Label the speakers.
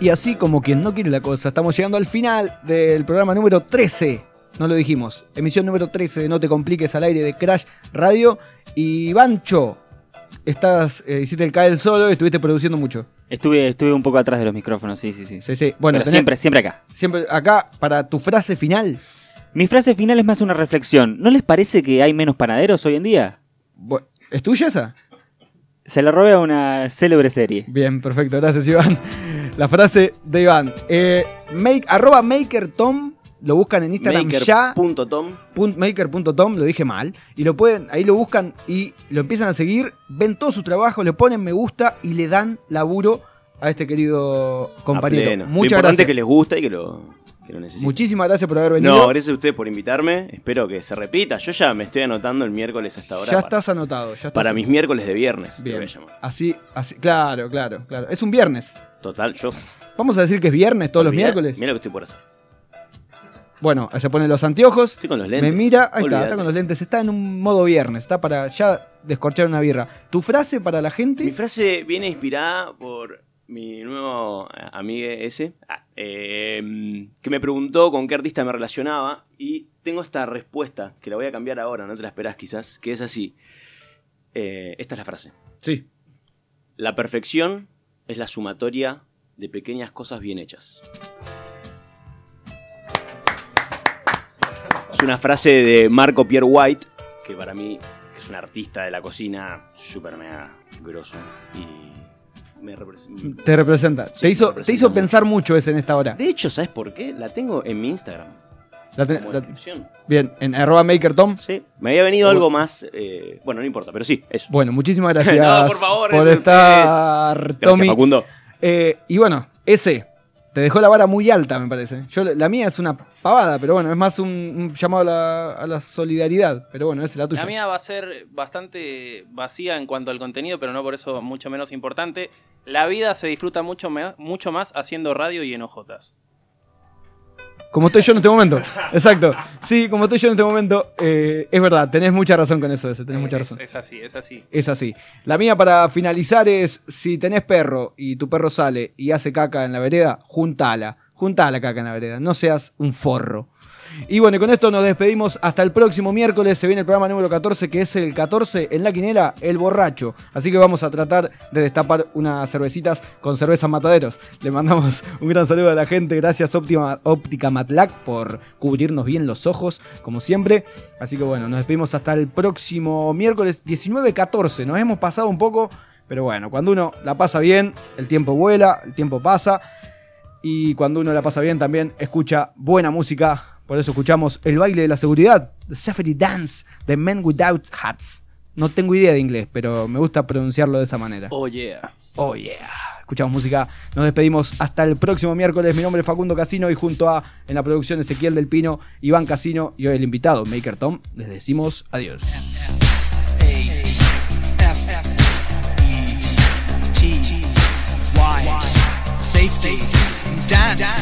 Speaker 1: Y así como quien no quiere la cosa, estamos llegando al final del programa número 13. No lo dijimos. Emisión número 13 de No te compliques al aire de Crash Radio. Y Bancho, estás, eh, hiciste el caer solo y estuviste produciendo mucho.
Speaker 2: Estuve, estuve un poco atrás de los micrófonos, sí, sí, sí.
Speaker 1: Sí, sí. Bueno,
Speaker 2: Pero
Speaker 1: tenés-
Speaker 2: siempre, siempre acá.
Speaker 1: siempre acá para tu frase final.
Speaker 2: Mi frase final es más una reflexión. ¿No les parece que hay menos panaderos hoy en día?
Speaker 1: Bu- ¿Es tuya esa?
Speaker 2: Se la robé a una célebre serie.
Speaker 1: Bien, perfecto, gracias Iván. La frase de Iván. Eh, make, arroba makertom, lo buscan en Instagram ya. Ah,
Speaker 3: Maker.tom.
Speaker 1: pun- Maker.tom, lo dije mal. Y lo pueden, ahí lo buscan y lo empiezan a seguir, ven todo su trabajo, le ponen me gusta y le dan laburo a este querido
Speaker 3: A
Speaker 1: compañero.
Speaker 3: pleno. lo
Speaker 1: Muchas
Speaker 3: importante
Speaker 1: gracias.
Speaker 3: es que les gusta y que lo, que lo necesiten.
Speaker 1: Muchísimas gracias por haber venido.
Speaker 3: No, gracias a ustedes por invitarme. Espero que se repita. Yo ya me estoy anotando el miércoles hasta ahora.
Speaker 1: ya
Speaker 3: para,
Speaker 1: estás anotado, ya estás
Speaker 3: para mis miércoles de viernes. le
Speaker 1: Bien.
Speaker 3: voy a llamar.
Speaker 1: Así, así, claro, claro, claro. Es un viernes.
Speaker 3: Total, yo.
Speaker 1: Vamos a decir que es viernes todos los
Speaker 3: Mirá-
Speaker 1: miércoles.
Speaker 3: Mirá lo que estoy por hacer.
Speaker 1: Bueno, se pone los anteojos.
Speaker 3: Estoy con los lentes.
Speaker 1: Me mira, ahí está,
Speaker 3: Olvídate.
Speaker 1: está con los lentes, está en un modo viernes, está para ya descorchar una birra. ¿Tu frase para la
Speaker 3: Mi
Speaker 1: gente?
Speaker 3: frase viene inspirada por mi nuevo eh, amigue ese, ah, eh, que me preguntó con qué artista me relacionaba y tengo esta respuesta, que la voy a cambiar ahora, no te la esperás quizás, que es así. Eh, esta es la frase.
Speaker 1: Sí.
Speaker 3: La perfección es la sumatoria de pequeñas cosas bien hechas. Es una frase de Marco Pierre White, que para mí es un artista de la cocina súper mega grosso. Y me representa.
Speaker 1: Te representa.
Speaker 3: Sí,
Speaker 1: te hizo,
Speaker 3: me representa
Speaker 1: te hizo
Speaker 3: mucho.
Speaker 1: pensar mucho ese en esta hora.
Speaker 3: De hecho, ¿sabes por qué? La tengo en mi Instagram.
Speaker 1: La ten-
Speaker 3: Como
Speaker 1: la-
Speaker 3: descripción.
Speaker 1: bien, en arroba makertom.
Speaker 3: Sí. Me había venido algo más. eh, bueno, no importa, pero sí, eso.
Speaker 1: Bueno, muchísimas gracias
Speaker 3: No, por favor, es- es-
Speaker 1: estar,
Speaker 3: Gracias,
Speaker 1: Tommy.
Speaker 3: Facundo.
Speaker 1: Eh, y bueno, ese. Te dejó la vara muy alta, me parece. Yo, la mía es una pavada, pero bueno, es más un, un llamado a la, a la solidaridad. Pero bueno, esa es la tuya.
Speaker 4: La mía va a ser bastante vacía en cuanto al contenido, pero no por eso mucho menos importante. La vida se disfruta mucho, me- mucho más haciendo radio y en OJs.
Speaker 1: Como estoy yo en este momento. Exacto. Sí, como estoy yo en este momento. eh, es verdad, tenés mucha razón con eso, ese, tenés mucha
Speaker 4: Es-
Speaker 1: razón.
Speaker 4: Es así, es así.
Speaker 1: Es así. La mía para finalizar es, si tenés perro y tu perro sale y hace caca en la vereda, juntala. Juntala caca en la vereda, no seas un forro. Y bueno, y con esto nos despedimos. Hasta el próximo miércoles se viene el programa número 14, que es el 14 en la quinela, el borracho. Así que vamos a tratar de destapar unas cervecitas con cervezas mataderos. Le mandamos un gran saludo a la gente. Gracias Óptima, Óptica Matlac por cubrirnos bien los ojos, como siempre. Así que bueno, nos despedimos hasta el próximo miércoles 19-14. Nos hemos pasado un poco, pero bueno, cuando uno la pasa bien, el tiempo vuela, el tiempo pasa. Y cuando uno la pasa bien también escucha buena música. Por eso escuchamos El baile de la seguridad, The Safety Dance, The Men Without Hats. No tengo idea de inglés, pero me gusta pronunciarlo de esa manera.
Speaker 4: Oh yeah.
Speaker 1: Oh yeah. Escuchamos música. Nos despedimos hasta el próximo miércoles. Mi nombre es Facundo Casino y junto a en la producción Ezequiel del Pino, Iván Casino y hoy el invitado Maker Tom, les decimos adiós.
Speaker 5: F-E-T-Y. Safety. Dance.